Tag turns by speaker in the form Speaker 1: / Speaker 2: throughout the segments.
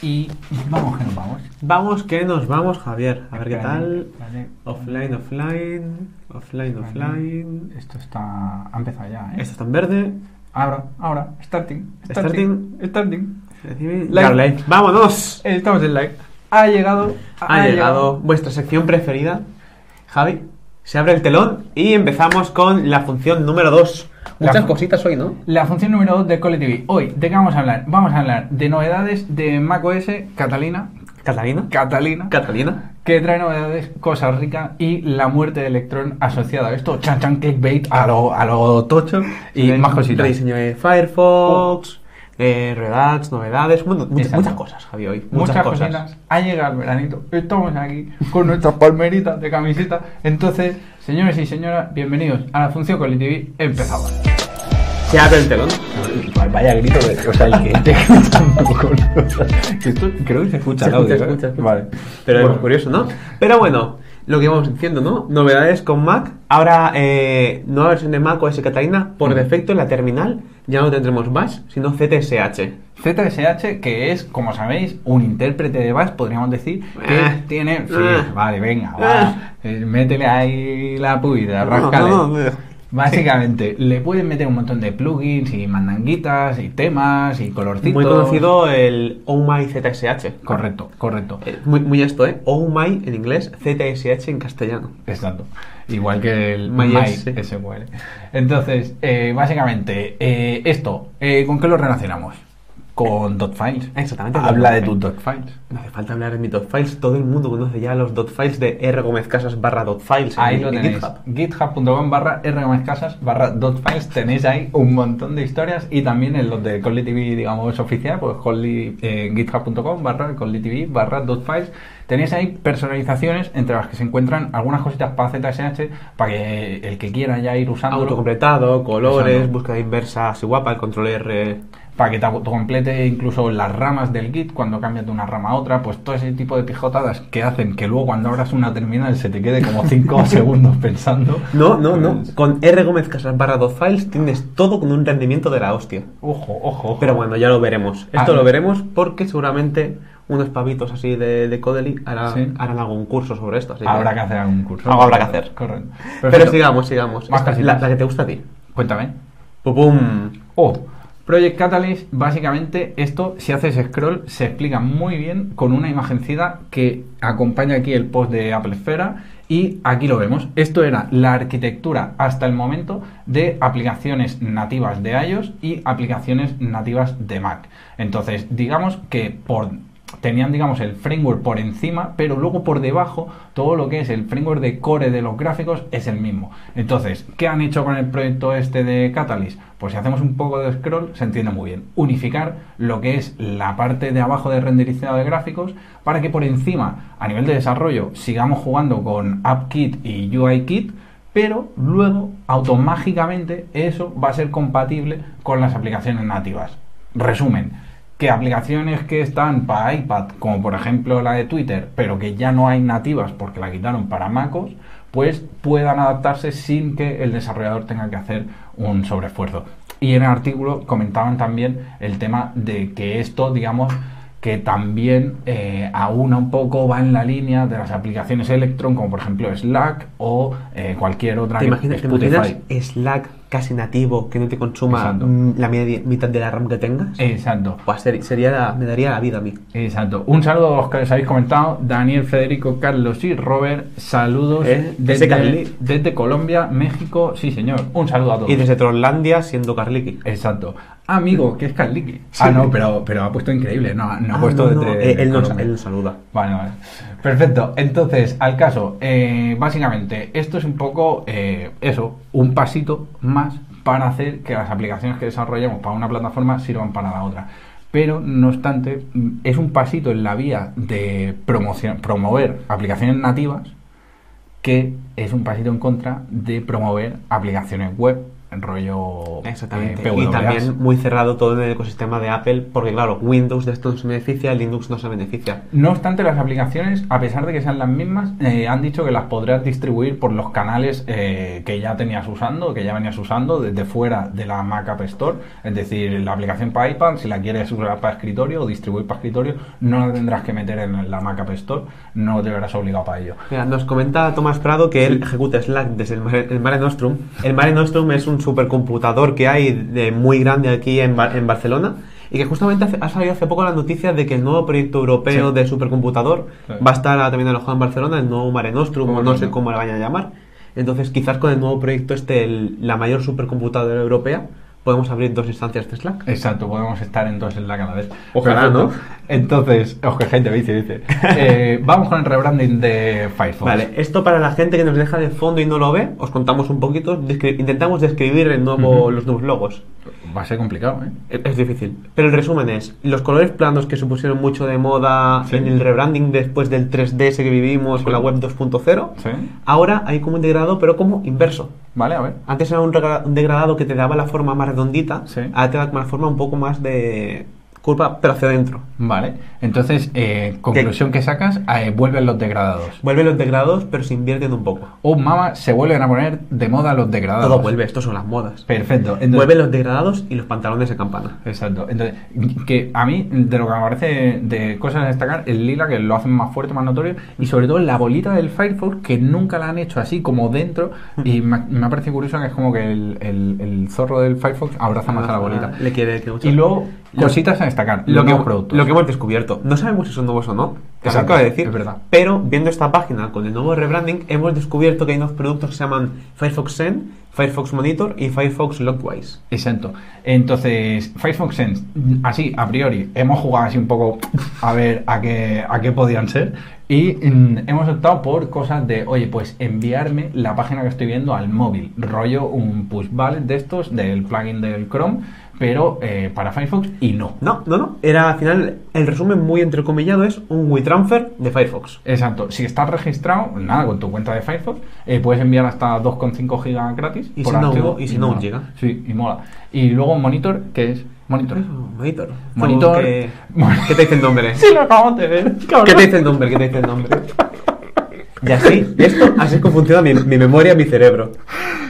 Speaker 1: Y vamos que nos vamos.
Speaker 2: Vamos que nos vamos, Javier. A ver qué
Speaker 1: Espérate,
Speaker 2: tal.
Speaker 1: espérate.
Speaker 2: Offline, offline, offline,
Speaker 1: Vale.
Speaker 2: offline.
Speaker 1: Esto está. Ha empezado ya, ¿eh?
Speaker 2: Esto está en verde.
Speaker 1: Ahora, ahora. Starting.
Speaker 2: Starting.
Speaker 1: Starting.
Speaker 2: Recibe-
Speaker 1: Live.
Speaker 2: Dar like. Vámonos.
Speaker 1: Eh, Estamos en live. Ha llegado.
Speaker 2: Ha llegado vuestra sección preferida. Javi, se abre el telón y empezamos con la función número 2.
Speaker 1: La
Speaker 2: Muchas
Speaker 1: fu-
Speaker 2: cositas hoy, ¿no?
Speaker 1: La función número 2 de Cole TV. Hoy, ¿de qué vamos a hablar? Vamos a hablar de novedades de macOS Catalina.
Speaker 2: Catalina.
Speaker 1: Catalina.
Speaker 2: Catalina.
Speaker 1: que trae novedades, cosas ricas y la muerte de Electron asociada a esto. Chan chan clickbait a lo, a lo tocho y
Speaker 2: Re-
Speaker 1: más cositas. Oh.
Speaker 2: Rediseño de Firefox, eh, Redux, novedades. bueno, muchas,
Speaker 1: Exacto.
Speaker 2: muchas cosas, Javi, hoy. Muchas,
Speaker 1: Muchas
Speaker 2: cosas.
Speaker 1: cositas. Ha llegado el veranito. Estamos aquí con nuestras palmeritas de camiseta. Entonces, señores y señoras, bienvenidos a la función Coli TV. Empezamos.
Speaker 2: Se abre el telón.
Speaker 1: Vaya grito de. O sea, el que tampoco. Esto creo que se escucha
Speaker 2: Se
Speaker 1: el audio.
Speaker 2: escucha,
Speaker 1: ¿eh?
Speaker 2: escucha, escucha.
Speaker 1: Vale.
Speaker 2: Pero es
Speaker 1: Bueno.
Speaker 2: curioso, ¿no? Pero bueno, lo que vamos diciendo, ¿no? Novedades con Mac. Ahora, eh, nueva versión de Mac OS Catalina. Por
Speaker 1: Mm.
Speaker 2: defecto, en la terminal ya no tendremos Bash, sino CTSH.
Speaker 1: ZSH, que es, como sabéis, un intérprete de Bash, podríamos decir, que
Speaker 2: Eh,
Speaker 1: tiene... Sí,
Speaker 2: eh,
Speaker 1: vale, venga, va, eh, métele ahí la puida, ráscale.
Speaker 2: No, no, no.
Speaker 1: Básicamente, le pueden meter un montón de plugins y mandanguitas y temas y colorcitos.
Speaker 2: Muy conocido el Oh My ZSH.
Speaker 1: Correcto, correcto.
Speaker 2: Eh, Muy, muy esto, ¿eh? Oh My en inglés, ZSH en castellano.
Speaker 1: Exacto. Igual que el
Speaker 2: My
Speaker 1: My
Speaker 2: S.
Speaker 1: SQL. Entonces, eh, básicamente, eh, esto, eh, ¿con qué lo relacionamos? Con .files.
Speaker 2: Exactamente.
Speaker 1: Habla de
Speaker 2: tu
Speaker 1: tus .files.
Speaker 2: No hace falta hablar de mis dotfiles, todo el mundo conoce ya los dotfiles de R Gómez Casas barra dotfiles en-
Speaker 1: Ahí lo
Speaker 2: en
Speaker 1: tenéis.
Speaker 2: GitHub.
Speaker 1: GitHub.com barra rmscasas barra dotfiles. Tenéis ahí un montón de historias y también en los de Conly TV, digamos, oficial, pues Conly, eh, github.com barra Conly TV barra dotfiles. Tenéis ahí personalizaciones entre las que se encuentran algunas cositas para ZSH para que el que quiera ya ir usando
Speaker 2: Autocompletado, colores,
Speaker 1: Exacto.
Speaker 2: búsqueda inversa, así guapa, el control R.
Speaker 1: para que te autocomplete incluso las ramas del Git cuando cambias de una rama a otra, pues todo ese tipo de pijotadas que hacen que luego cuando abras una terminal se te quede como 5 segundos pensando.
Speaker 2: No, no, no.
Speaker 1: Pues,
Speaker 2: Con R Gómez Casas barra dotfiles tienes todo con un rendimiento de la hostia.
Speaker 1: Ojo, ojo, ojo.
Speaker 2: Pero bueno, ya lo veremos.
Speaker 1: Ah.
Speaker 2: Esto lo veremos porque seguramente unos pavitos así de, de Codely hará-
Speaker 1: Sí.
Speaker 2: harán algún curso sobre esto. así que-
Speaker 1: Habrá que hacer algún curso.
Speaker 2: Algo habrá que hacer.
Speaker 1: Correcto.
Speaker 2: Pero sigamos, sigamos.
Speaker 1: Más
Speaker 2: Esta- la,
Speaker 1: cositas.
Speaker 2: la que te gusta a ti.
Speaker 1: Cuéntame.
Speaker 2: Pum, pum.
Speaker 1: Oh, Project Catalyst, básicamente esto, si haces scroll, se explica muy bien con una imagencita que acompaña aquí el post de Apple Esfera y aquí lo vemos. Esto era la arquitectura hasta el momento de aplicaciones nativas de iOS y aplicaciones nativas de Mac. Entonces, digamos que por tenían, digamos, el framework por encima, pero luego por debajo, todo lo que es el framework de core de los gráficos es el mismo. Entonces, ¿qué han hecho con el proyecto este de Catalyst? Pues si hacemos un poco de scroll, se entiende muy bien. Unificar lo que es la parte de abajo de renderizado de gráficos para que por encima, a nivel de desarrollo, sigamos jugando con AppKit y UIKit, pero luego, automáticamente, eso va a ser compatible con las aplicaciones nativas. Resumen, que aplicaciones que están para iPad, como por ejemplo la de Twitter, pero que ya no hay nativas porque la quitaron para MacOS, pues puedan adaptarse sin que el desarrollador tenga que hacer un sobreesfuerzo. Y en el artículo comentaban también el tema de que esto, digamos, que también eh, aúna un poco, va en la línea de las aplicaciones Electron, como por ejemplo Slack o eh, cualquier otra
Speaker 2: ¿Te
Speaker 1: que-
Speaker 2: imaginas, te
Speaker 1: Spotify.
Speaker 2: imaginas Slack casi nativo que no te consuma
Speaker 1: Exacto. Eh.
Speaker 2: mm, la media- mitad de la RAM que tengas?
Speaker 1: Exacto.
Speaker 2: Pues ser- sería la- me daría la vida a mí.
Speaker 1: Exacto. Un saludo a los que les habéis comentado. Daniel, Federico, Carlos y Robert. Saludos
Speaker 2: Eh, ese
Speaker 1: desde,
Speaker 2: Carli.
Speaker 1: desde Colombia, México. Sí, señor. Un saludo a todos.
Speaker 2: Y desde Trollandia siendo Carliki.
Speaker 1: Exacto. Amigo, que es Carliqui. Ah, no, pero, pero ha puesto increíble. No, no ha
Speaker 2: Ah,
Speaker 1: puesto
Speaker 2: no, no,
Speaker 1: desde-
Speaker 2: eh,
Speaker 1: desde
Speaker 2: él, nos,
Speaker 1: Colombia.
Speaker 2: él nos saluda.
Speaker 1: Vale, vale. Perfecto. Entonces, al caso, eh, básicamente, esto es un poco eh, eso, un pasito más para hacer que las aplicaciones que desarrollamos para una plataforma sirvan para la otra. Pero, no obstante, mm, es un pasito en la vía de promoción, promover aplicaciones nativas que es un pasito en contra de promover aplicaciones web rollo
Speaker 2: Exactamente.
Speaker 1: eh, PWAs.
Speaker 2: y también muy cerrado todo en el ecosistema de Apple, porque claro, Windows de esto no se beneficia, Linux no se beneficia.
Speaker 1: No obstante, las aplicaciones, a pesar de que sean las mismas, eh, han dicho que las podrás distribuir por los canales eh, que ya tenías usando, que ya venías usando desde fuera de la Mac App Store. Es decir, la aplicación para iPad, si la quieres usar para escritorio o distribuir para escritorio, no la tendrás que meter en la Mac App Store, no te verás obligado para ello.
Speaker 2: Mira, nos comenta Tomás Prado que él ejecuta Slack desde el Mare, el Mare Nostrum. El Mare Nostrum es un supercomputador que hay de muy grande aquí en, Bar- en Barcelona y que justamente hace- ha salido hace poco la noticia de que el nuevo proyecto europeo
Speaker 1: Sí.
Speaker 2: de supercomputador
Speaker 1: Sí.
Speaker 2: va a estar ah, también alojado en Barcelona, el nuevo Mare Nostrum, o no
Speaker 1: Bueno.
Speaker 2: sé cómo le vayan a llamar. Entonces, quizás con el nuevo proyecto este, el- la mayor supercomputadora europea, podemos abrir dos instancias de Slack.
Speaker 1: Exacto, podemos estar entonces en la cada vez.
Speaker 2: Ojalá, ¿no?
Speaker 1: Entonces, ojo, gente, dice, dice. Eh, vamos con el rebranding de Firefox.
Speaker 2: Vale, esto para la gente que nos deja de fondo y no lo ve, os contamos un poquito, descri- intentamos describir el nuevo,
Speaker 1: Ujú.
Speaker 2: los nuevos logos. E-,
Speaker 1: Va a ser complicado, ¿eh?
Speaker 2: Es es difícil. Pero el resumen es, los colores planos que se pusieron mucho de moda
Speaker 1: Sí.
Speaker 2: en el rebranding después del 3DS que vivimos con la web 2.0,
Speaker 1: Sí.
Speaker 2: ahora hay como un degradado pero como inverso.
Speaker 1: Vale, a ver.
Speaker 2: Antes era un, regra- un degradado que te daba la forma más redondita,
Speaker 1: Sí.
Speaker 2: ahora te da una forma un poco más de curva pero hacia adentro.
Speaker 1: Vale, entonces, eh, conclusión que sacas, eh, vuelven los degradados.
Speaker 2: Vuelven los degradados pero se invierten un poco.
Speaker 1: Oh, mama, se vuelven a poner de moda los degradados.
Speaker 2: Todo vuelve, esto son las modas.
Speaker 1: Perfecto. Entonces,
Speaker 2: Vuelven los degradados y los pantalones de campana.
Speaker 1: Exacto. Entonces, que a mí, de lo que me parece de cosas a destacar, el lila que lo hacen más fuerte, más notorio, y sobre todo la bolita del Firefox, que nunca la han hecho así como dentro, y me, me ha parecido curioso que es como que el, el- el zorro del Firefox abraza más a la bolita.
Speaker 2: Ah, Le quiere que mucho.
Speaker 1: Y luego,
Speaker 2: Lo-
Speaker 1: cositas a destacar,
Speaker 2: lo que,
Speaker 1: nuevos productos.
Speaker 2: lo que hemos descubierto. No sabemos si son nuevos o no. que os
Speaker 1: Exacto,
Speaker 2: acabo de decir.
Speaker 1: es verdad.
Speaker 2: Pero viendo esta página con el nuevo rebranding, hemos descubierto que hay unos productos que se llaman Firefox Zen, Firefox Monitor y Firefox Lockwise.
Speaker 1: Exacto. Entonces, Firefox Sense, así, a priori, hemos jugado así un poco a ver a qué, a qué podían ser y mm, hemos optado por cosas de, oye, pues enviarme la página que estoy viendo al móvil, rollo un push ball de estos, del plugin del Chrome, pero eh, para Firefox y no.
Speaker 2: No, no, no. Era al final, el resumen muy entrecomillado es un WeTransfer de Firefox.
Speaker 1: Exacto, si estás registrado, nada, con tu cuenta de Firefox, eh, puedes enviar hasta 2,5 gigas gratis.
Speaker 2: Y si no,
Speaker 1: archivo,
Speaker 2: y si no, un
Speaker 1: mola.
Speaker 2: giga.
Speaker 1: Sí, y mola. Y luego monitor, que es monitor.
Speaker 2: Monitor.
Speaker 1: Monitor.
Speaker 2: Que, ¿Qué te dice el nombre?
Speaker 1: Sí, lo acabamos de ver.
Speaker 2: ¿Qué te dice el nombre? ¿Qué te dice el nombre? Y así, esto, así es como funciona mi, mi memoria, mi cerebro.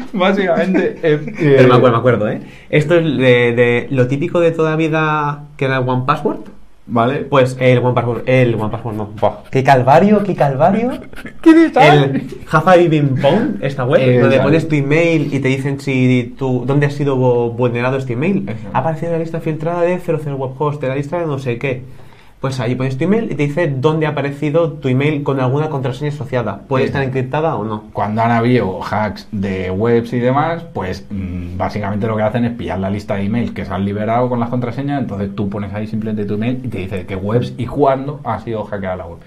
Speaker 1: Básicamente. eh,
Speaker 2: Pero me
Speaker 1: eh,
Speaker 2: acuerdo, me acuerdo, ¿eh? Esto es de, de lo típico de toda vida que era el One Password.
Speaker 1: Vale.
Speaker 2: Pues el One Password, el One Password no. Buah. Qué calvario, qué calvario.
Speaker 1: ¿Quién está?
Speaker 2: El Have I Been Pwned, esta web,
Speaker 1: Eh,
Speaker 2: donde
Speaker 1: vale.
Speaker 2: pones tu email y te dicen si tu, dónde ha sido vulnerado este email.
Speaker 1: Eso.
Speaker 2: Ha aparecido en la lista filtrada de 00 webhost, de la lista de no sé qué. Pues ahí pones tu email y te dice dónde ha aparecido tu email con alguna contraseña asociada. Puede
Speaker 1: Eso.
Speaker 2: estar encriptada o no.
Speaker 1: Cuando han habido hacks de webs y demás, pues mm, básicamente lo que hacen es pillar la lista de email que se han liberado con las contraseñas. Entonces tú pones ahí simplemente tu email y te dice que webs y cuándo ha sido hackeada la web.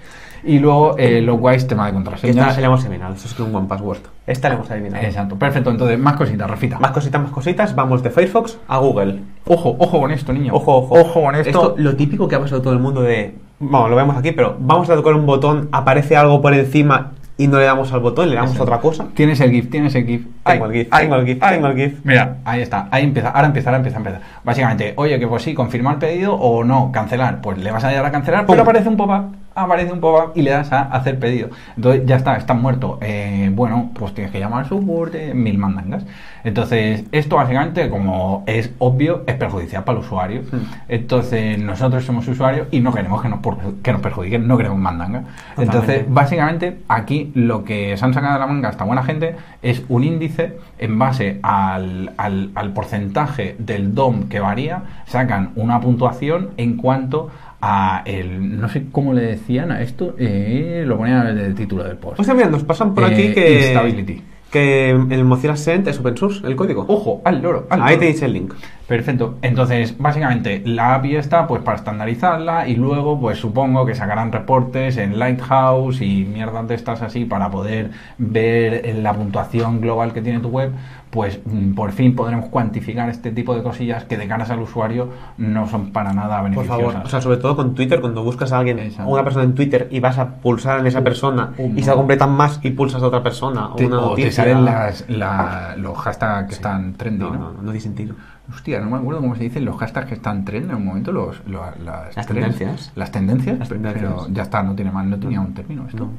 Speaker 1: Y luego eh, los guays, tema de
Speaker 2: Esta
Speaker 1: contraseñas.
Speaker 2: la hemos adivinado, esto es que un One Password. Esta la hemos adivinado.
Speaker 1: Exacto, perfecto. Entonces, más cositas, Rafita.
Speaker 2: Más cositas, más cositas, vamos de Firefox a Google.
Speaker 1: Ojo, ojo con esto, niño.
Speaker 2: Ojo, ojo.
Speaker 1: Ojo con esto.
Speaker 2: Lo típico que ha pasado todo el mundo de. Bueno, lo vemos aquí, pero vamos a tocar un botón, aparece algo por encima y no le damos al botón, le damos
Speaker 1: Exacto.
Speaker 2: a otra cosa.
Speaker 1: Tienes el GIF, tienes el GIF.
Speaker 2: Tengo el GIF, tengo el GIF, tengo el GIF.
Speaker 1: Mira, ahí está, ahí empieza, ahora empieza, ahora empieza, empieza. Básicamente, oye, que pues sí, confirmar pedido o no, cancelar. Pues le vas a dar a cancelar,
Speaker 2: Pum.
Speaker 1: pero aparece un pop-up, aparece un pop-up y le das a hacer pedido. Entonces ya está, estás muerto. Eh, bueno, pues tienes que llamar al support, eh, mil mandangas. Entonces, esto básicamente, como es obvio, es perjudicial para el usuario. Entonces, nosotros somos usuarios y no queremos que nos, por- que nos perjudiquen, no queremos mandanga. Entonces,
Speaker 2: Totalmente.
Speaker 1: Básicamente, aquí lo que se han sacado de la manga esta buena gente es un índice en base al, al- al porcentaje del DOM que varía, sacan una puntuación en cuanto a el. No sé cómo le decían a esto, eh, lo ponían en el título del post.
Speaker 2: O sea, Pues mira, nos pasan por
Speaker 1: Eh,
Speaker 2: aquí que.
Speaker 1: instability.
Speaker 2: Que el Mozilla Send es open source, el código.
Speaker 1: Ojo, al loro, al
Speaker 2: Ahí
Speaker 1: loro.
Speaker 2: te dice el link.
Speaker 1: Perfecto. Entonces, básicamente, la API está pues para estandarizarla y luego, pues supongo que sacarán reportes en Lighthouse y mierdas de estas así para poder ver la puntuación global que tiene tu web. Pues mm, por fin podremos cuantificar este tipo de cosillas que de caras al usuario no son para nada
Speaker 2: Por
Speaker 1: beneficiosas.
Speaker 2: favor, o sea, sobre todo con Twitter, cuando buscas a alguien,
Speaker 1: Exacto.
Speaker 2: a una persona en Twitter y vas a pulsar en esa persona
Speaker 1: un
Speaker 2: y se
Speaker 1: montón.
Speaker 2: completan más y pulsas a otra persona o
Speaker 1: te,
Speaker 2: una
Speaker 1: o te
Speaker 2: noticia.
Speaker 1: salen las, la- los hashtags que están trendy,
Speaker 2: No,
Speaker 1: ¿no?
Speaker 2: no, no, no tiene sentido.
Speaker 1: Hostia, no me acuerdo cómo se dicen los hashtags que están trend en un momento, los, lo- las,
Speaker 2: Las
Speaker 1: trends.
Speaker 2: tendencias.
Speaker 1: Las tendencias,
Speaker 2: Las
Speaker 1: pero-
Speaker 2: tendencias.
Speaker 1: pero ya está, no tiene más, no tenía un término esto.
Speaker 2: No.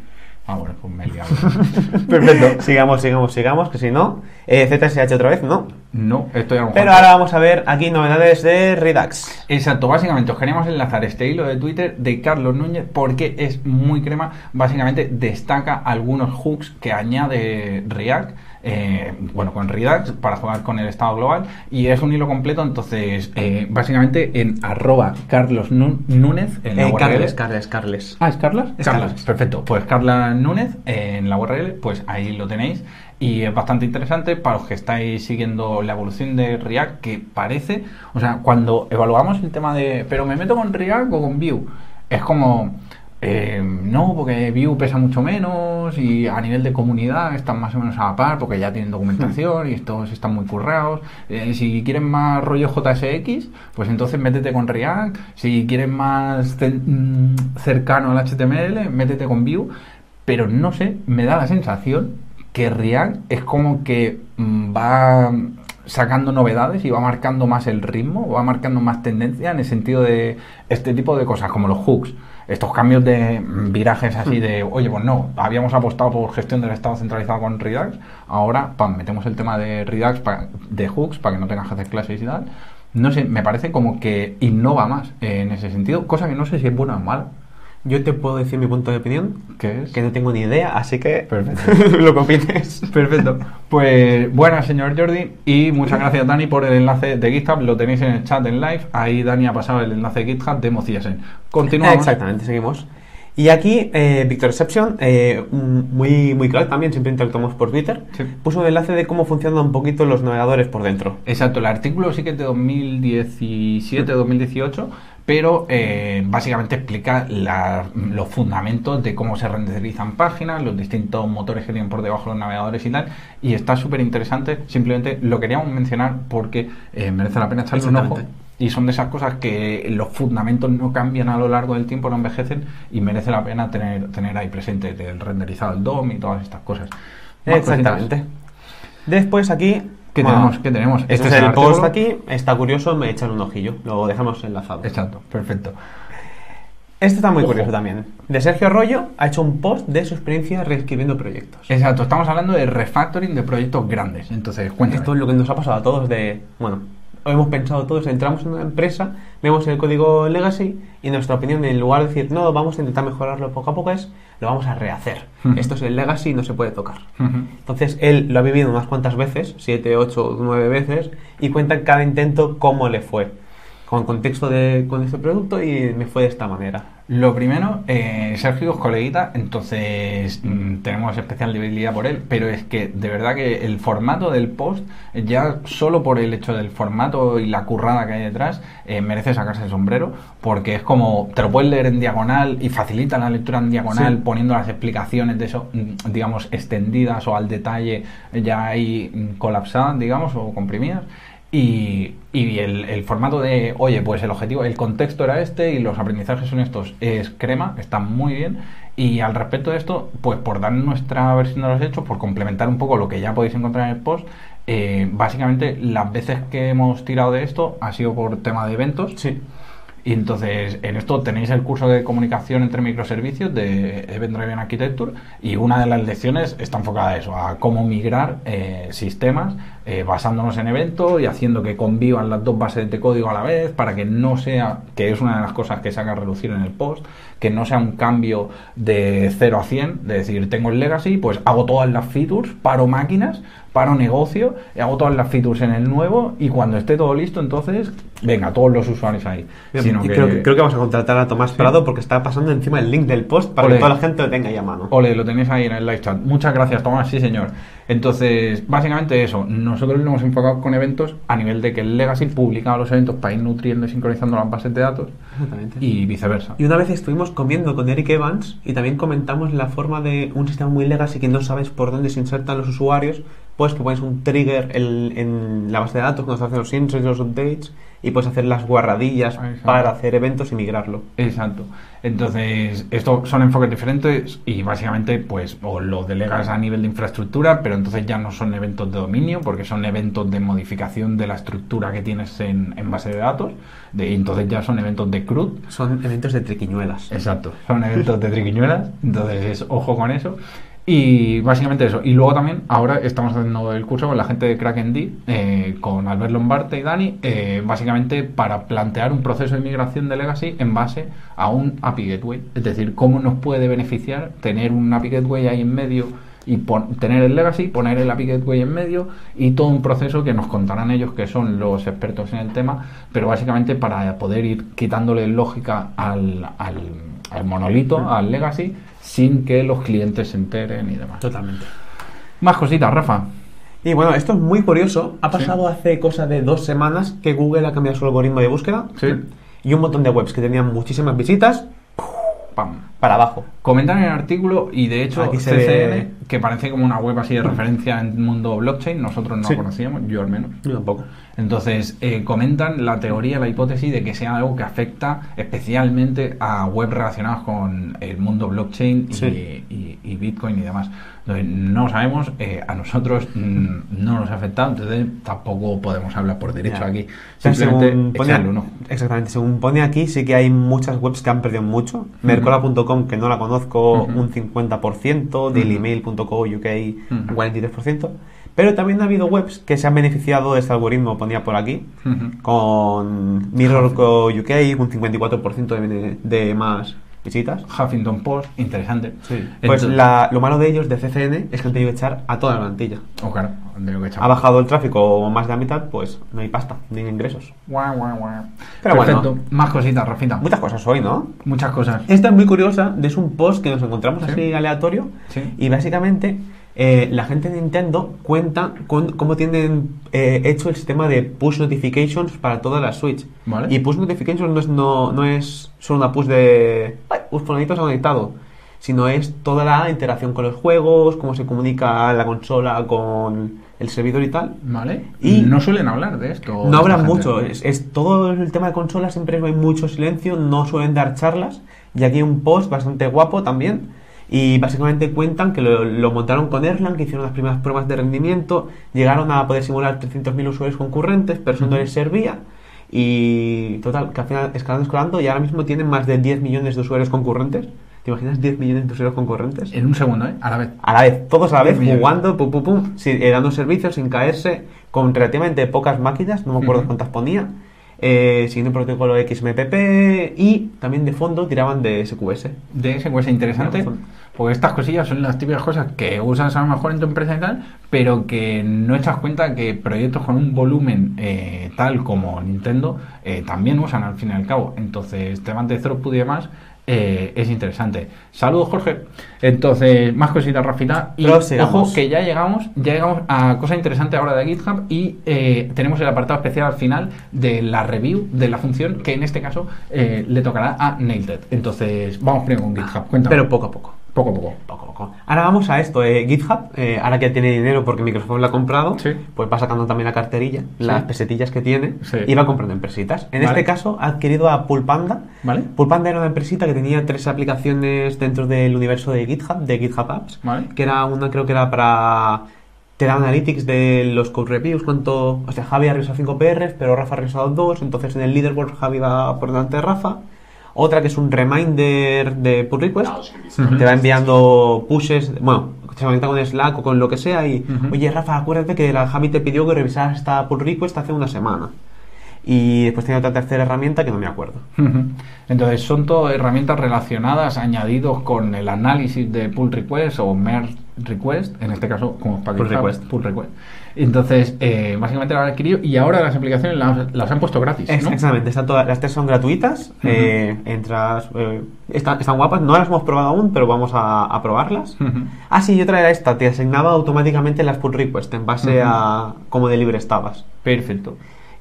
Speaker 1: Ah, bueno, pues me he liado.
Speaker 2: Perfecto. sigamos, sigamos, sigamos, que si no, eh, ZSH otra vez, no.
Speaker 1: no, esto ya lo
Speaker 2: Pero ahora vamos a ver aquí novedades de Redux.
Speaker 1: Exacto, básicamente os queremos enlazar este hilo de Twitter de Carlos Núñez porque es muy crema, básicamente destaca algunos hooks que añade React, eh, bueno, con Redux para jugar con el estado global y es un hilo completo, entonces eh, básicamente en arroba Carlos Nu- Núñez en la
Speaker 2: Eh,
Speaker 1: URL.
Speaker 2: Carles, Carles, Carles.
Speaker 1: Ah, ¿es Carla?
Speaker 2: Es
Speaker 1: Carla,
Speaker 2: Carla.
Speaker 1: perfecto. Pues Carla Núñez eh, en la URL, pues ahí lo tenéis. Y es bastante interesante para los que estáis siguiendo la evolución de React, que parece, o sea, cuando evaluamos el tema de, pero me meto con React o con Vue, es como, eh, no, porque Vue pesa mucho menos y a nivel de comunidad están más o menos a la par porque ya tienen documentación y estos están muy currados. Eh, si quieren más rollo JSX, pues entonces métete con React. Si quieres más cen- mm, cercano al HTML, métete con Vue. Pero no sé, me da la sensación que React es como que mm, va sacando novedades y va marcando más el ritmo, va marcando más tendencia en el sentido de este tipo de cosas, como los hooks, estos cambios de mm, virajes así de, oye, pues no, habíamos apostado por gestión del estado centralizado con Redux, ahora, pam, metemos el tema de Redux, pa- de hooks, para que no tengas que hacer clases y tal. No sé, me parece como que innova más eh, en ese sentido, cosa que no sé si es buena o mala.
Speaker 2: Yo te puedo decir mi punto de opinión,
Speaker 1: que es?
Speaker 2: que no tengo ni idea, así que
Speaker 1: Perfecto.
Speaker 2: lo que opines.
Speaker 1: Perfecto. Pues bueno, señor Jordi, y muchas gracias Dani por el enlace de GitHub. Lo tenéis en el chat en live. Ahí Dani ha pasado el enlace de GitHub de Mocillasen. Continuamos.
Speaker 2: Exactamente, seguimos. Y aquí, eh, Victor Exception, eh, un- muy, muy claro también, siempre interactuamos por Twitter,
Speaker 1: Sí.
Speaker 2: puso un enlace de cómo funcionan un poquito los navegadores por dentro.
Speaker 1: Exacto, el artículo sí que es de 2017-2018, pero eh, básicamente explica la- los fundamentos de cómo se renderizan páginas, los distintos motores que tienen por debajo los navegadores y tal, y está súper interesante, simplemente lo queríamos mencionar porque eh, merece la pena echarle un ojo.
Speaker 2: Exactamente.
Speaker 1: Y son de esas cosas que los fundamentos no cambian a lo largo del tiempo, no envejecen y merece la pena tener, tener ahí presente el renderizado del DOM y todas estas cosas. Más cositas.
Speaker 2: Exactamente. Después aquí...
Speaker 1: ¿Qué
Speaker 2: bueno,
Speaker 1: tenemos? ¿Qué tenemos?
Speaker 2: Este, es el post aquí, está curioso, me echan un ojillo, lo dejamos enlazado.
Speaker 1: Exacto, perfecto.
Speaker 2: Este está muy
Speaker 1: Ojo.
Speaker 2: curioso también. De Sergio Arroyo ha hecho un post de su experiencia reescribiendo proyectos.
Speaker 1: Exacto, estamos hablando de refactoring de proyectos grandes. Entonces, cuéntame.
Speaker 2: Esto es lo que nos ha pasado a todos de, bueno, hemos pensado todos, entramos en una empresa, vemos el código legacy y nuestra opinión en lugar de decir, no, vamos a intentar mejorarlo poco a poco es, lo vamos a rehacer.
Speaker 1: Ujú.
Speaker 2: Esto es el legacy y no se puede tocar.
Speaker 1: Ujú.
Speaker 2: Entonces él lo ha vivido unas cuantas veces, 7, 8, 9 veces, y cuenta cada intento cómo le fue, con contexto de, con este producto y me fue de esta manera.
Speaker 1: Lo primero, eh, Sergio es coleguita, entonces mm, tenemos especial debilidad por él, pero es que de verdad que el formato del post, eh, ya solo por el hecho del formato y la currada que hay detrás, eh, merece sacarse el sombrero, porque es como, te lo puedes leer en diagonal y facilita la lectura en diagonal,
Speaker 2: Sí.
Speaker 1: poniendo las explicaciones de eso, mm, digamos, extendidas o al detalle, ya ahí mm, colapsadas, digamos, o comprimidas. Y, y el, el formato de, oye, pues el objetivo, el contexto era este y los aprendizajes son estos, es crema, está muy bien. Y al respecto de esto, pues por dar nuestra versión de los hechos, por complementar un poco lo que ya podéis encontrar en el post, eh, básicamente las veces que hemos tirado de esto ha sido por tema de eventos.
Speaker 2: Sí.
Speaker 1: Y entonces, en esto tenéis el curso de comunicación entre microservicios de Event Driven Architecture y una de las lecciones está enfocada a eso, a cómo migrar eh, sistemas eh, basándonos en eventos y haciendo que convivan las dos bases de código a la vez para que no sea, que es una de las cosas que saca a relucir en el post, que no sea un cambio de 0 a 100, de decir, tengo el legacy, pues hago todas las features, paro máquinas, paro negocio, hago todas las features en el nuevo y cuando esté todo listo, entonces venga, todos los usuarios ahí. Sino
Speaker 2: Y
Speaker 1: que,
Speaker 2: creo, creo que vamos a contratar a Tomás Prado porque está pasando encima el link del post para
Speaker 1: Ole.
Speaker 2: que toda la gente lo tenga ya a mano.
Speaker 1: Ole, lo tenéis ahí en el live chat. Muchas gracias, Tomás. Sí, señor. Entonces, básicamente eso. Nosotros lo hemos enfocado con eventos a nivel de que el Legacy publicaba los eventos para ir nutriendo y sincronizando las bases de datos
Speaker 2: Exactamente.
Speaker 1: y viceversa.
Speaker 2: Y una vez estuvimos comiendo con Eric Evans y también comentamos la forma de un sistema muy legacy que no sabes por dónde se insertan los usuarios, pues que pones un trigger en, en la base de datos cuando se hacen los inserts, los updates y puedes hacer las guarradillas
Speaker 1: Exacto.
Speaker 2: para hacer eventos y migrarlo.
Speaker 1: Exacto. Entonces, estos son enfoques diferentes y básicamente, pues, o lo delegas a nivel de infraestructura, pero entonces ya no son eventos de dominio, porque son eventos de modificación de la estructura que tienes en, en base de datos, de, y entonces ya son eventos de CRUD.
Speaker 2: Son eventos de triquiñuelas.
Speaker 1: Exacto. Son eventos de triquiñuelas, entonces es ojo con eso. Y básicamente eso. Y luego también, ahora estamos haciendo el curso con la gente de Kraken D, eh, con Albert Lombarte y Dani, eh, básicamente para plantear un proceso de migración de Legacy en base a un API Gateway. Es decir, cómo nos puede beneficiar tener un API Gateway ahí en medio y pon- tener el legacy, poner el API Gateway en medio y todo un proceso que nos contarán ellos que son los expertos en el tema, pero básicamente para poder ir quitándole lógica al, al, al monolito, al legacy, sin que los clientes se enteren y demás.
Speaker 2: Totalmente.
Speaker 1: Más cositas, Rafa.
Speaker 2: Y bueno, esto es muy curioso. Ha pasado hace cosa de dos semanas que Google ha cambiado su algoritmo de búsqueda
Speaker 1: Sí.
Speaker 2: y un montón de webs que tenían muchísimas visitas
Speaker 1: Pam.
Speaker 2: para abajo.
Speaker 1: Comentan en el artículo y de hecho
Speaker 2: Aquí se
Speaker 1: CCN,
Speaker 2: ve-
Speaker 1: que parece como una web así de referencia en el mundo blockchain, nosotros no
Speaker 2: Sí.
Speaker 1: la conocíamos, yo al menos.
Speaker 2: Yo tampoco.
Speaker 1: Entonces, eh, comentan la teoría, la hipótesis de que sea algo que afecta especialmente a web relacionadas con el mundo blockchain y,
Speaker 2: Sí.
Speaker 1: y- y Bitcoin y demás. Entonces, no lo sabemos, eh, a nosotros mm, no nos ha afectado, entonces tampoco podemos hablar por derecho
Speaker 2: Ya.
Speaker 1: aquí.
Speaker 2: Pero
Speaker 1: Simplemente
Speaker 2: según pone-
Speaker 1: echarle un ojo.
Speaker 2: Exactamente, según pone aquí, sí que hay muchas webs que han perdido mucho. Mercola.com, que no la conozco,
Speaker 1: Ujú.
Speaker 2: un 50%, dailymail.co UK,
Speaker 1: Ujú.
Speaker 2: un 43%. Pero también ha habido webs que se han beneficiado de este algoritmo, ponía por aquí,
Speaker 1: Ujú.
Speaker 2: con Mirror.co UK, un 54% de, bene- de más visitas.
Speaker 1: Huffington Post, interesante.
Speaker 2: Pues
Speaker 1: Entonces-
Speaker 2: la- lo malo de ellos, de CCN, es que han tenido que echar a toda la plantilla.
Speaker 1: Oh, claro, de lo que
Speaker 2: Ha bajado el tráfico más de la mitad, pues no hay pasta, ni ingresos.
Speaker 1: Guau, guau, guau.
Speaker 2: Pero bueno.
Speaker 1: Perfecto. más cositas, Rafita.
Speaker 2: Muchas Eh, cosas hoy, ¿no?
Speaker 1: Muchas cosas.
Speaker 2: Esta es muy curiosa, es un post que nos encontramos
Speaker 1: Sí.
Speaker 2: así aleatorio
Speaker 1: Sí.
Speaker 2: y básicamente eh, la gente de Nintendo cuenta con- cómo tienen eh, hecho el sistema de push notifications para toda la Switch.
Speaker 1: Vale.
Speaker 2: Y push notifications no es, no, no es solo una push de "Ay, un fulanito se ha conectado, sino es toda la interacción con los juegos, cómo se comunica la consola con el servidor y tal.
Speaker 1: Vale. Y
Speaker 2: Y-
Speaker 1: no suelen hablar de esto.
Speaker 2: No
Speaker 1: esta
Speaker 2: hablan
Speaker 1: gente.
Speaker 2: mucho, es, es todo el tema de consolas, siempre hay mucho silencio, no suelen dar charlas. Y aquí hay un post bastante guapo también. Y básicamente cuentan que lo, lo montaron con Erlang, que hicieron las primeras pruebas de rendimiento, llegaron a poder simular 300.000 usuarios concurrentes, pero eso no les servía. Y total, que al final escalando, escalando, y ahora mismo tienen más de 10 millones de usuarios concurrentes. ¿Te imaginas 10 millones de usuarios concurrentes?
Speaker 1: En un segundo, ¿eh? A la vez.
Speaker 2: A la vez, todos a la vez,
Speaker 1: Bien, bien.
Speaker 2: jugando, pum, pum, pum, sin- eh, dando servicios sin caerse, con relativamente pocas máquinas, no me acuerdo
Speaker 1: Ujú.
Speaker 2: cuántas ponía, eh, siguiendo el protocolo XMPP y también de fondo tiraban de SQS.
Speaker 1: de secuencia interesante.
Speaker 2: Tienes razón.
Speaker 1: Porque estas cosillas son las típicas cosas que usas a lo mejor en tu empresa y tal, pero que no echas cuenta que proyectos con un volumen eh, tal como Nintendo eh, también usan al fin y al cabo. Entonces, tema de throughput y demás eh, es interesante. Saludos, Jorge. Entonces, más cositas, Rafita. Y
Speaker 2: Pero sigamos.
Speaker 1: ojo que ya llegamos, ya llegamos a cosa interesante ahora de GitHub y eh, tenemos el apartado especial al final de la review de la función que en este caso eh, le tocará a Nailed. Entonces, vamos primero con GitHub. Ah, Cuéntame.
Speaker 2: Pero poco a poco.
Speaker 1: poco a poco.
Speaker 2: Poco, a poco. Ahora vamos a esto, eh, GitHub, eh, ahora que tiene dinero porque Microsoft la ha comprado,
Speaker 1: Sí.
Speaker 2: pues va sacando también la carterilla, las pesetillas que tiene,
Speaker 1: Sí.
Speaker 2: y va comprando empresitas. En
Speaker 1: Vale.
Speaker 2: este caso ha adquirido a Pulpanda.
Speaker 1: ¿Vale?
Speaker 2: Pulpanda era una empresita que tenía tres aplicaciones dentro del universo de GitHub, de GitHub Apps,
Speaker 1: Vale.
Speaker 2: que era una creo que era para te da analytics de los code reviews, cuánto, o sea, Javi ha revisado 5 PRs, pero Rafa ha revisado 2, entonces en el leaderboard Javi va por delante de Rafa. Otra que es un reminder de pull request,
Speaker 1: Ujú.
Speaker 2: te va enviando pushes, bueno, se conecta con Slack o con lo que sea y,
Speaker 1: Ujú.
Speaker 2: oye Rafa, acuérdate que la Javi te pidió que revisaras esta pull request hace una semana. Y después tenía otra tercera herramienta que no me acuerdo.
Speaker 1: Entonces, son todo herramientas relacionadas, añadidos con el análisis de pull request o merge request, en este caso como para
Speaker 2: Pull request.
Speaker 1: pull request. Entonces, eh, básicamente lo han adquirido y ahora las aplicaciones las, las han puesto gratis,
Speaker 2: Ex-
Speaker 1: ¿no?
Speaker 2: Exactamente, están todas, las tres son gratuitas, eh, entras, eh, están, están guapas, no las hemos probado aún, pero vamos a, a probarlas.
Speaker 1: Ujú.
Speaker 2: Ah, sí, y otra era esta, te asignaba automáticamente las pull requests en base a cómo de libre estabas.
Speaker 1: Perfecto.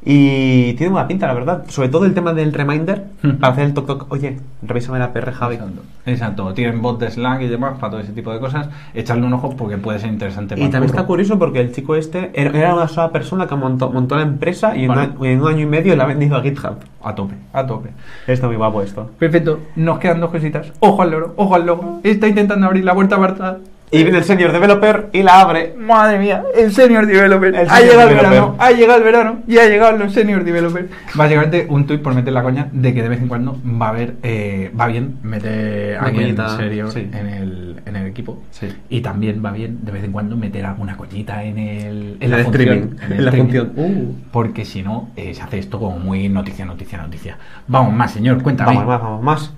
Speaker 2: Y tiene buena pinta, la verdad. Sobre todo el tema del reminder,
Speaker 1: Ujú.
Speaker 2: para hacer el toc toc, oye, revísame la PR, Javi.
Speaker 1: Exacto. Exacto. Tienen bot de Slack y demás para todo ese tipo de cosas. Echarle un ojo porque puede ser interesante. para
Speaker 2: Y
Speaker 1: el
Speaker 2: también
Speaker 1: curro.
Speaker 2: está curioso porque el chico este era era una sola persona que montó, montó la empresa y en
Speaker 1: Vale.
Speaker 2: una- en un año y medio la ha vendido a GitHub.
Speaker 1: A tope, a tope.
Speaker 2: Está muy guapo esto.
Speaker 1: Perfecto, nos quedan dos cositas. Ojo al loro, ojo al logo. Está intentando abrir la puerta apartada.
Speaker 2: Y viene el senior developer y la abre.
Speaker 1: Madre mía, el senior developer.
Speaker 2: El
Speaker 1: ha
Speaker 2: senior
Speaker 1: llegado el
Speaker 2: developer.
Speaker 1: verano, ha llegado el verano y ha llegado los senior developer. Básicamente un tuit por meter la coña de que de vez en cuando va a haber, eh, va bien meter a
Speaker 2: Una
Speaker 1: alguien
Speaker 2: coñita,
Speaker 1: serio
Speaker 2: sí.
Speaker 1: en, el, en el equipo.
Speaker 2: Sí.
Speaker 1: Y también va bien de vez en cuando meter alguna coñita en el,
Speaker 2: En el
Speaker 1: función,
Speaker 2: streaming,
Speaker 1: en el
Speaker 2: en la
Speaker 1: streaming.
Speaker 2: función. Uh.
Speaker 1: Porque si no, eh, se hace esto como muy noticia, noticia, noticia. Vamos más, señor, cuéntame.
Speaker 2: Vamos más, vamos más.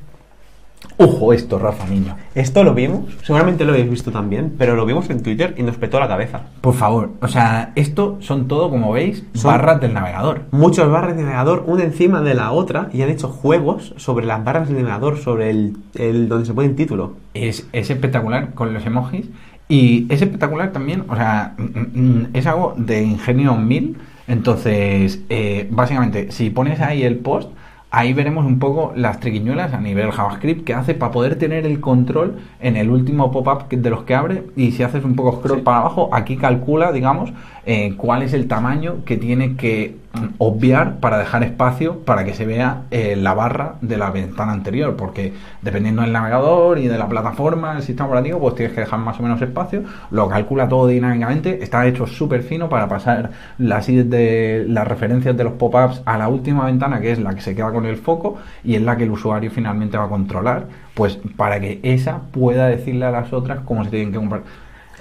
Speaker 1: Ojo esto, Rafa, niño.
Speaker 2: Esto lo vimos, seguramente lo habéis visto también, pero lo vimos en Twitter y nos petó la cabeza.
Speaker 1: Por favor, o sea, esto son todo, como veis,
Speaker 2: Son-
Speaker 1: barras del navegador.
Speaker 2: Muchos barras de navegador una encima de la otra y han hecho juegos sobre las barras de navegador, sobre el, el donde se pone el título.
Speaker 1: Es, es espectacular con los emojis y es espectacular también, o sea, mm, mm, es algo de ingenio mil. Entonces, eh, básicamente, si pones ahí el post, ahí veremos un poco las triquiñuelas a nivel JavaScript que hace para poder tener el control en el último pop-up que- de los que abre. Y si haces un poco scroll para abajo, aquí calcula, digamos, eh, cuál es el tamaño que tiene que mm, obviar para dejar espacio para que se vea eh, la barra de la ventana anterior, porque dependiendo del navegador y de la plataforma, el sistema operativo, pues tienes que dejar más o menos espacio, lo calcula todo dinámicamente, está hecho súper fino para pasar las, i- de, las referencias de los pop-ups a la última ventana, que es la que se queda con el foco y es la que el usuario finalmente va a controlar, pues para que esa pueda decirle a las otras cómo se tienen que comprar.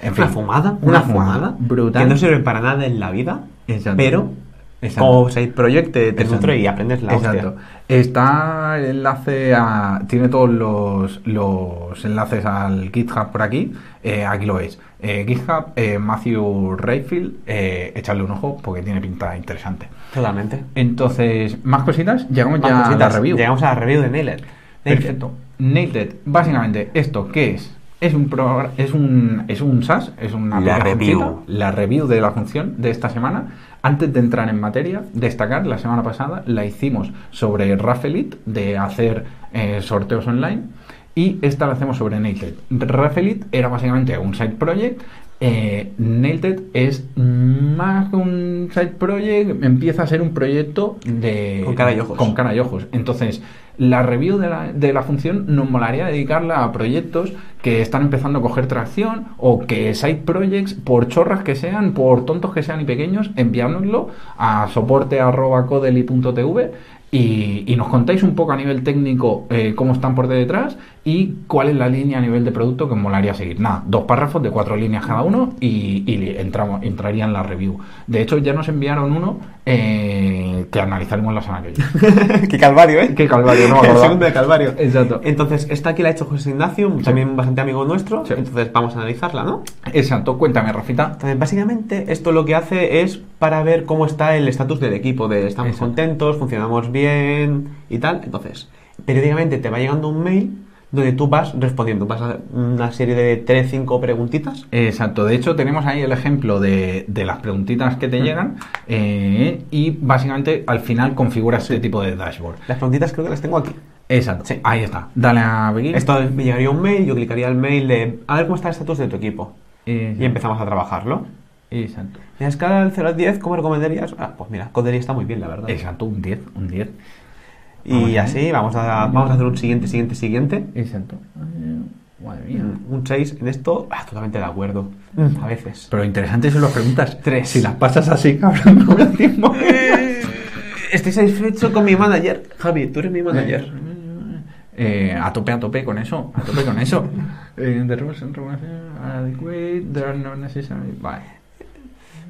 Speaker 1: En
Speaker 2: una
Speaker 1: fin,
Speaker 2: fumada, una, fumada,
Speaker 1: brutal.
Speaker 2: que no sirve para nada en la vida,
Speaker 1: Exacto.
Speaker 2: pero
Speaker 1: Exacto.
Speaker 2: como se proyecte te
Speaker 1: Exacto.
Speaker 2: nutre y aprendes la
Speaker 1: Exacto.
Speaker 2: hostia.
Speaker 1: Está el enlace a. Tiene todos los, los enlaces al GitHub por aquí. Eh, aquí lo veis. Eh, GitHub, eh, Matthew Rayfield. Eh, echarle un ojo porque tiene pinta interesante.
Speaker 2: Totalmente.
Speaker 1: Entonces, más cositas. Llegamos Pues
Speaker 2: Más
Speaker 1: ya a la
Speaker 2: cositas.
Speaker 1: review.
Speaker 2: Llegamos a la review de Nailed.
Speaker 1: Perfecto. Nailed. Básicamente, ¿esto qué es? Es un, progr- es un es un SAS, es una
Speaker 2: La
Speaker 1: aplicacióncita,
Speaker 2: review.
Speaker 1: la review de la función de esta semana. Antes de entrar en materia, destacar, la semana pasada la hicimos sobre Rafelit de hacer eh, sorteos online y esta la hacemos sobre Nailed. Rafelit era básicamente un side project. eh, Nailed es más que un side project, empieza a ser un proyecto de...
Speaker 2: Con cara y ojos.
Speaker 1: Con cara y ojos. Entonces, la review de la, de la función nos molaría dedicarla a proyectos que están empezando a coger tracción o que side projects, por chorras que sean, por tontos que sean y pequeños, enviárnoslo a soporte.codeli.tv y, y nos contáis un poco a nivel técnico eh, cómo están por detrás y cuál es la línea a nivel de producto que os molaría seguir. Nada, dos párrafos de cuatro líneas cada uno y, y entramos, entraría en la review. De hecho, ya nos enviaron uno eh, que analizaremos la semana que viene.
Speaker 2: Qué calvario, ¿eh?
Speaker 1: Qué calvario, no me
Speaker 2: El
Speaker 1: acordaba.
Speaker 2: segundo de calvario.
Speaker 1: Exacto.
Speaker 2: Entonces, esta aquí la ha hecho José Ignacio, también bastante amigo nuestro.
Speaker 1: Sí.
Speaker 2: Entonces, vamos a analizarla, ¿no?
Speaker 1: Exacto, Eh, cuéntame, Rafita.
Speaker 2: Entonces, básicamente, esto lo que hace es para ver cómo está el estatus del equipo, de estamos
Speaker 1: Exacto.
Speaker 2: contentos, funcionamos bien y tal. Entonces, periódicamente te va llegando un mail donde tú vas respondiendo, vas a hacer una serie de 3-5 preguntitas.
Speaker 1: Exacto, Eh, de hecho tenemos ahí el ejemplo de, de las preguntitas que
Speaker 2: Mm.
Speaker 1: te llegan eh, y básicamente al final configuras este tipo de dashboard.
Speaker 2: Las preguntitas creo que las tengo aquí.
Speaker 1: Exacto,
Speaker 2: Sí.
Speaker 1: ahí está. Dale a begin.
Speaker 2: Esto me llegaría un mail, yo clicaría el mail de a ver cómo está el estatus de tu equipo.
Speaker 1: Exacto.
Speaker 2: Y empezamos a trabajarlo.
Speaker 1: Exacto.
Speaker 2: En la escala del 0 al 10, ¿cómo recomendarías? Ah, pues mira, Codería está muy bien, la verdad.
Speaker 1: Exacto, Eh, un 10, un 10. Ah,
Speaker 2: Y así vamos a, vamos a hacer un siguiente, siguiente, siguiente.
Speaker 1: Exacto. Eh, Madre mía.
Speaker 2: Mm, Un 6 en esto, ah, totalmente de acuerdo. Mm, A veces.
Speaker 1: Pero lo interesante son las preguntas.
Speaker 2: Tres.
Speaker 1: Si las pasas así, cabrón, no me da tiempo.
Speaker 2: Eh, Estoy satisfecho con mi manager. Javi, tú eres mi manager.
Speaker 1: Eh, a tope, a tope con eso, a tope con eso. Eh, the rules and regulations are adequate, they are not necessary. Vale.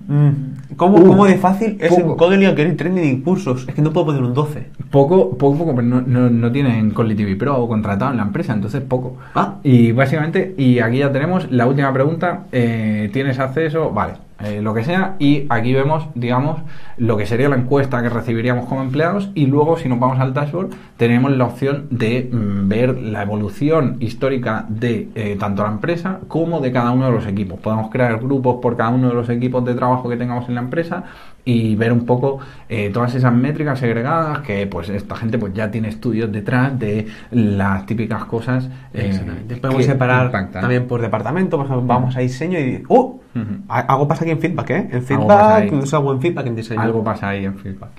Speaker 2: Mm. ¿Cómo,
Speaker 1: Uh,
Speaker 2: cómo de fácil es
Speaker 1: poco.
Speaker 2: en Kotlin que trending y cursos? Es que no puedo poner un 12.
Speaker 1: Poco, poco, poco, pero no, no, no tienen Conly TV Pro contratado en la empresa, entonces poco.
Speaker 2: Ah.
Speaker 1: Y básicamente, y aquí ya tenemos la última pregunta. eh, ¿Tienes acceso? Vale, eh, lo que sea. Y aquí vemos, digamos, lo que sería la encuesta que recibiríamos como empleados. Y luego, si nos vamos al dashboard, tenemos la opción de mm, ver la evolución histórica de eh, tanto la empresa como de cada uno de los equipos. Podemos crear grupos por cada uno de los equipos de trabajo que tengamos en la empresa y ver un poco eh, todas esas métricas segregadas que pues esta gente pues ya tiene estudios detrás de las típicas cosas eh,
Speaker 2: Exactamente.
Speaker 1: que
Speaker 2: Podemos separar
Speaker 1: impactan.
Speaker 2: también por departamento. Por ejemplo, vamos a diseño y. ¡Uh!
Speaker 1: Ujú.
Speaker 2: A- Algo pasa aquí en feedback, ¿eh? En
Speaker 1: pasa ahí.
Speaker 2: feedback, no hago en feedback en diseño.
Speaker 1: Algo pasa ahí en feedback.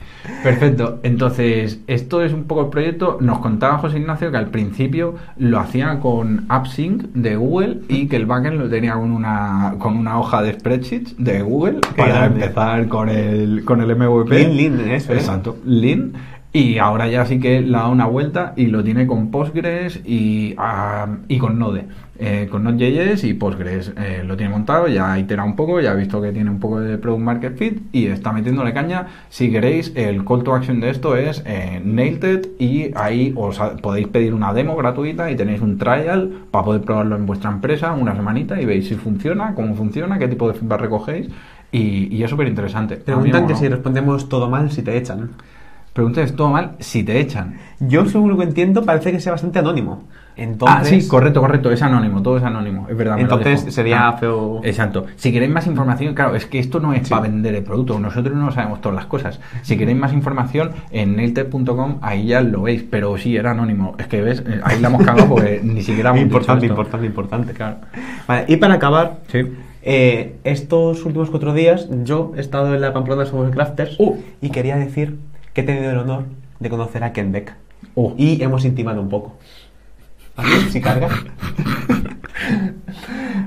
Speaker 1: Perfecto. Entonces, esto es un poco el proyecto. Nos contaba José Ignacio que al principio lo hacía con AppSync de Google y que el backend lo tenía con una, con una hoja de spreadsheets de Google para
Speaker 2: grande.
Speaker 1: empezar con el, con el MVP.
Speaker 2: Lean, lean, eso, ¿eh?
Speaker 1: Exacto. Lean. Y ahora ya sí que le ha dado una vuelta y lo tiene con Postgres y, ah, y con Node. Eh, con Node.js y Postgres eh, lo tiene montado, ya ha iterado un poco, ya ha visto que tiene un poco de Product Market Fit y está metiéndole caña. Si queréis, el call to action de esto es eh, Nailed it y ahí os ha- podéis pedir una demo gratuita y tenéis un trial para poder probarlo en vuestra empresa una semanita y veis si funciona, cómo funciona, qué tipo de feedback recogéis y, y es súper interesante.
Speaker 2: Preguntan que si respondemos todo mal, si te echan.
Speaker 1: Preguntas todo mal si te echan.
Speaker 2: Yo, según lo que entiendo, parece que sea bastante anónimo. Entonces,
Speaker 1: ah, sí, correcto, correcto, es anónimo, todo es anónimo, es verdad. me lo
Speaker 2: Entonces
Speaker 1: dijo.
Speaker 2: sería
Speaker 1: Ah,
Speaker 2: feo.
Speaker 1: Exacto. Si queréis más información, claro, es que esto no es
Speaker 2: Sí.
Speaker 1: para vender el producto, nosotros no sabemos todas las cosas. Si queréis más información, en nailtech.com ahí ya lo veis, pero sí, era anónimo. Es que ves, eh, ahí la hemos cagado porque ni siquiera hemos dicho
Speaker 2: importante,
Speaker 1: esto.
Speaker 2: importante, importante.
Speaker 1: Claro.
Speaker 2: Vale, y para acabar,
Speaker 1: Sí.
Speaker 2: eh, estos últimos cuatro días yo he estado en la Pamplona Somos Crafters
Speaker 1: Uh.
Speaker 2: y quería decir que he tenido el honor de conocer a Ken Beck.
Speaker 1: Oh.
Speaker 2: Y hemos intimado un poco. Aquí, si carga.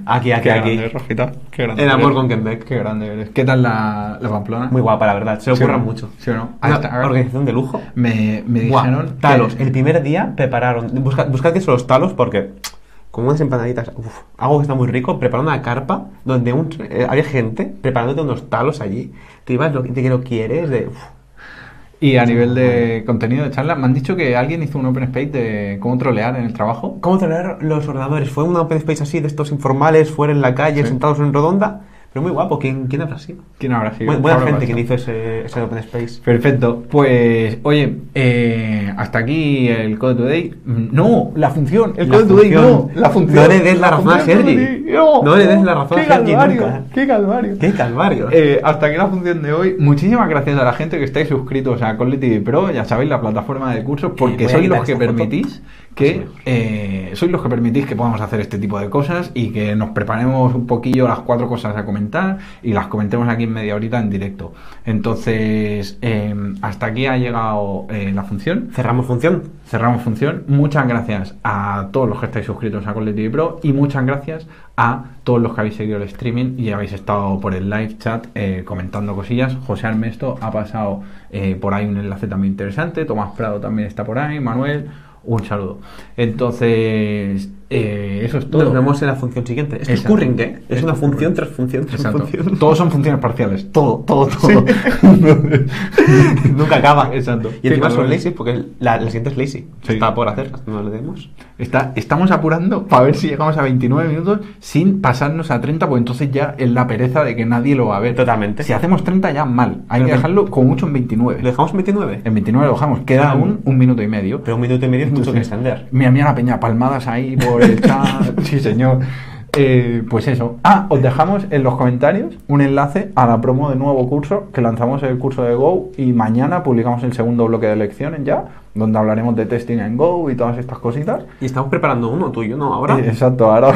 Speaker 2: aquí, aquí, aquí.
Speaker 1: Rojita. Qué
Speaker 2: El amor con Ken Beck.
Speaker 1: Qué grande eres. ¿Qué tal la, la Pamplona?
Speaker 2: Muy guapa, la verdad. Se lo
Speaker 1: Sí,
Speaker 2: curran
Speaker 1: ¿no?
Speaker 2: mucho.
Speaker 1: Sí, ¿no?
Speaker 2: Una
Speaker 1: Ahí está.
Speaker 2: organización de lujo.
Speaker 1: Me, me
Speaker 2: Buah,
Speaker 1: dijeron. que-
Speaker 2: talos. El primer día prepararon. Buscad, buscad que son los talos porque. Como unas empanaditas. uf, algo que está muy rico. Prepararon una carpa donde un- eh, había gente preparándote unos talos allí. Te ibas lo, de que lo quieres. De, uf.
Speaker 1: Y a nivel de contenido de charla, me han dicho que alguien hizo un open space de cómo trolear en el trabajo.
Speaker 2: ¿Cómo traer los ordenadores? Fue un open space así de estos informales, fuera en la calle,
Speaker 1: Sí.
Speaker 2: sentados en redonda. Pero muy guapo. ¿Quién, quién habrá sido?
Speaker 1: ¿Quién habrá sido?
Speaker 2: Bu- buena
Speaker 1: Pablo
Speaker 2: gente quien
Speaker 1: Bastos.
Speaker 2: hizo ese, ese open space.
Speaker 1: Perfecto. Pues, oye, eh, hasta aquí el Code Today. Mm, No, la función, el
Speaker 2: La
Speaker 1: Code Today, no,
Speaker 2: función.
Speaker 1: la función.
Speaker 2: No le des la razón a
Speaker 1: función
Speaker 2: Sergi.
Speaker 1: Today,
Speaker 2: No le des la razón
Speaker 1: qué
Speaker 2: a Sergi
Speaker 1: Calvario,
Speaker 2: nunca.
Speaker 1: qué calvario.
Speaker 2: ¡Qué calvario!
Speaker 1: Eh, hasta aquí la función de hoy. Muchísimas gracias a la gente que estáis suscritos a Call TV Pro, ya sabéis, la plataforma de cursos,
Speaker 2: voy
Speaker 1: porque
Speaker 2: a
Speaker 1: sois
Speaker 2: quitar
Speaker 1: los que
Speaker 2: esta foto.
Speaker 1: permitís
Speaker 2: Así
Speaker 1: que
Speaker 2: mejor.
Speaker 1: eh, sois los que permitís que podamos hacer este tipo de cosas y que nos preparemos un poquillo las cuatro cosas a comentar y las comentemos aquí en media horita en directo. Entonces, eh, hasta aquí ha llegado eh, la función.
Speaker 2: Cerramos función.
Speaker 1: Cerramos función. Muchas gracias a todos los que estáis suscritos a Collective Pro y muchas gracias a todos los que habéis seguido el streaming y habéis estado por el live chat eh, comentando cosillas. José Armesto ha pasado eh, por ahí un enlace también interesante. Tomás Prado también está por ahí. Manuel, un saludo. Entonces, eh, eso es todo.
Speaker 2: Nos vemos en la función siguiente. Esto es
Speaker 1: Exacto.
Speaker 2: curring, ¿eh? Es
Speaker 1: Esto
Speaker 2: una
Speaker 1: es
Speaker 2: función
Speaker 1: curring.
Speaker 2: tras función tras
Speaker 1: Exacto.
Speaker 2: función.
Speaker 1: Todos son funciones parciales. Todo, todo, todo.
Speaker 2: Nunca acaba.
Speaker 1: Exacto.
Speaker 2: Y encima
Speaker 1: Sí,
Speaker 2: son
Speaker 1: claro.
Speaker 2: lazy porque la, la siguiente es lazy.
Speaker 1: Sí.
Speaker 2: Está por hacer, hasta no lo demos.
Speaker 1: Está, estamos apurando para ver si llegamos a 29 minutos sin pasarnos a 30, pues entonces ya es la pereza de que nadie lo va a ver.
Speaker 2: Totalmente.
Speaker 1: Si hacemos 30 ya mal. Hay que
Speaker 2: Pero ve-
Speaker 1: dejarlo como mucho en 29.
Speaker 2: ¿Lo dejamos en 29?
Speaker 1: En 29 lo dejamos. Queda
Speaker 2: Claro.
Speaker 1: aún un minuto y medio.
Speaker 2: Pero un minuto y medio es mucho que extender.
Speaker 1: Mira, mira la peña, palmadas ahí por el chat. sí, señor. Eh, pues eso. Ah, os dejamos en los comentarios un enlace a la promo de nuevo curso que lanzamos el curso de Go y mañana publicamos el segundo bloque de lecciones ya, donde hablaremos de testing en Go y todas estas cositas.
Speaker 2: Y estamos preparando uno, tú y yo, ¿no? Ahora.
Speaker 1: Eh, Exacto, ahora,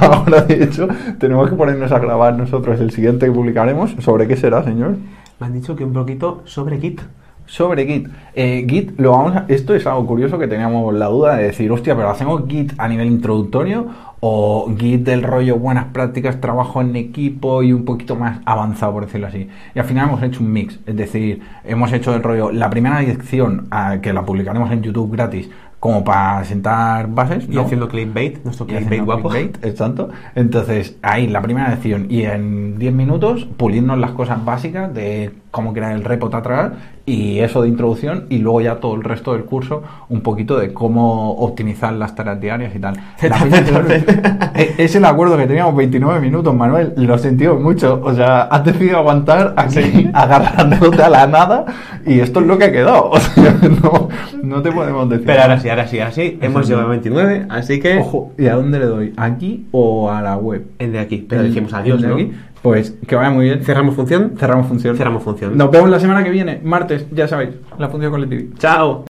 Speaker 1: ahora de hecho tenemos que ponernos a grabar nosotros el siguiente que publicaremos. ¿Sobre qué será, señor?
Speaker 2: Me han dicho que un poquito sobre Git.
Speaker 1: Sobre Git. Eh, Git, lo vamos a- esto es algo curioso que teníamos la duda de decir, hostia, pero ¿hacemos Git a nivel introductorio o Git del rollo buenas prácticas, trabajo en equipo y un poquito más avanzado, por decirlo así? Y al final hemos hecho un mix, es decir, hemos hecho el rollo, la primera lección ah, que la publicaremos en YouTube gratis, como para sentar bases.
Speaker 2: Y
Speaker 1: ¿no?
Speaker 2: haciendo clickbait, nuestro
Speaker 1: Y haciendo
Speaker 2: clickbait guapo.
Speaker 1: clickbait, exacto. Entonces, ahí la primera lección y en 10 minutos pulirnos las cosas básicas de cómo crear el repo atrás y eso de introducción y luego ya todo el resto del curso un poquito de cómo optimizar las tareas diarias y tal. La fecha- Eh, es el acuerdo que teníamos 29 minutos, Manuel, lo sentimos mucho, o sea, has decidido aguantar aquí agarrándote a la nada y esto es lo que ha quedado, o sea, no, no te podemos decir.
Speaker 2: Pero ahora sí, ahora sí, ahora sí.
Speaker 1: Exacto.
Speaker 2: Hemos llegado a 29, así que.
Speaker 1: Ojo, ¿y a dónde le doy? ¿Aquí o a la web?
Speaker 2: El de aquí. Pero dijimos
Speaker 1: El-
Speaker 2: adiós,
Speaker 1: el de
Speaker 2: ¿no?
Speaker 1: aquí. Pues que vaya muy bien.
Speaker 2: Cerramos función.
Speaker 1: Cerramos función.
Speaker 2: Cerramos función.
Speaker 1: Nos vemos la semana que viene, martes, ya sabéis, la función colectiva.
Speaker 2: Chao.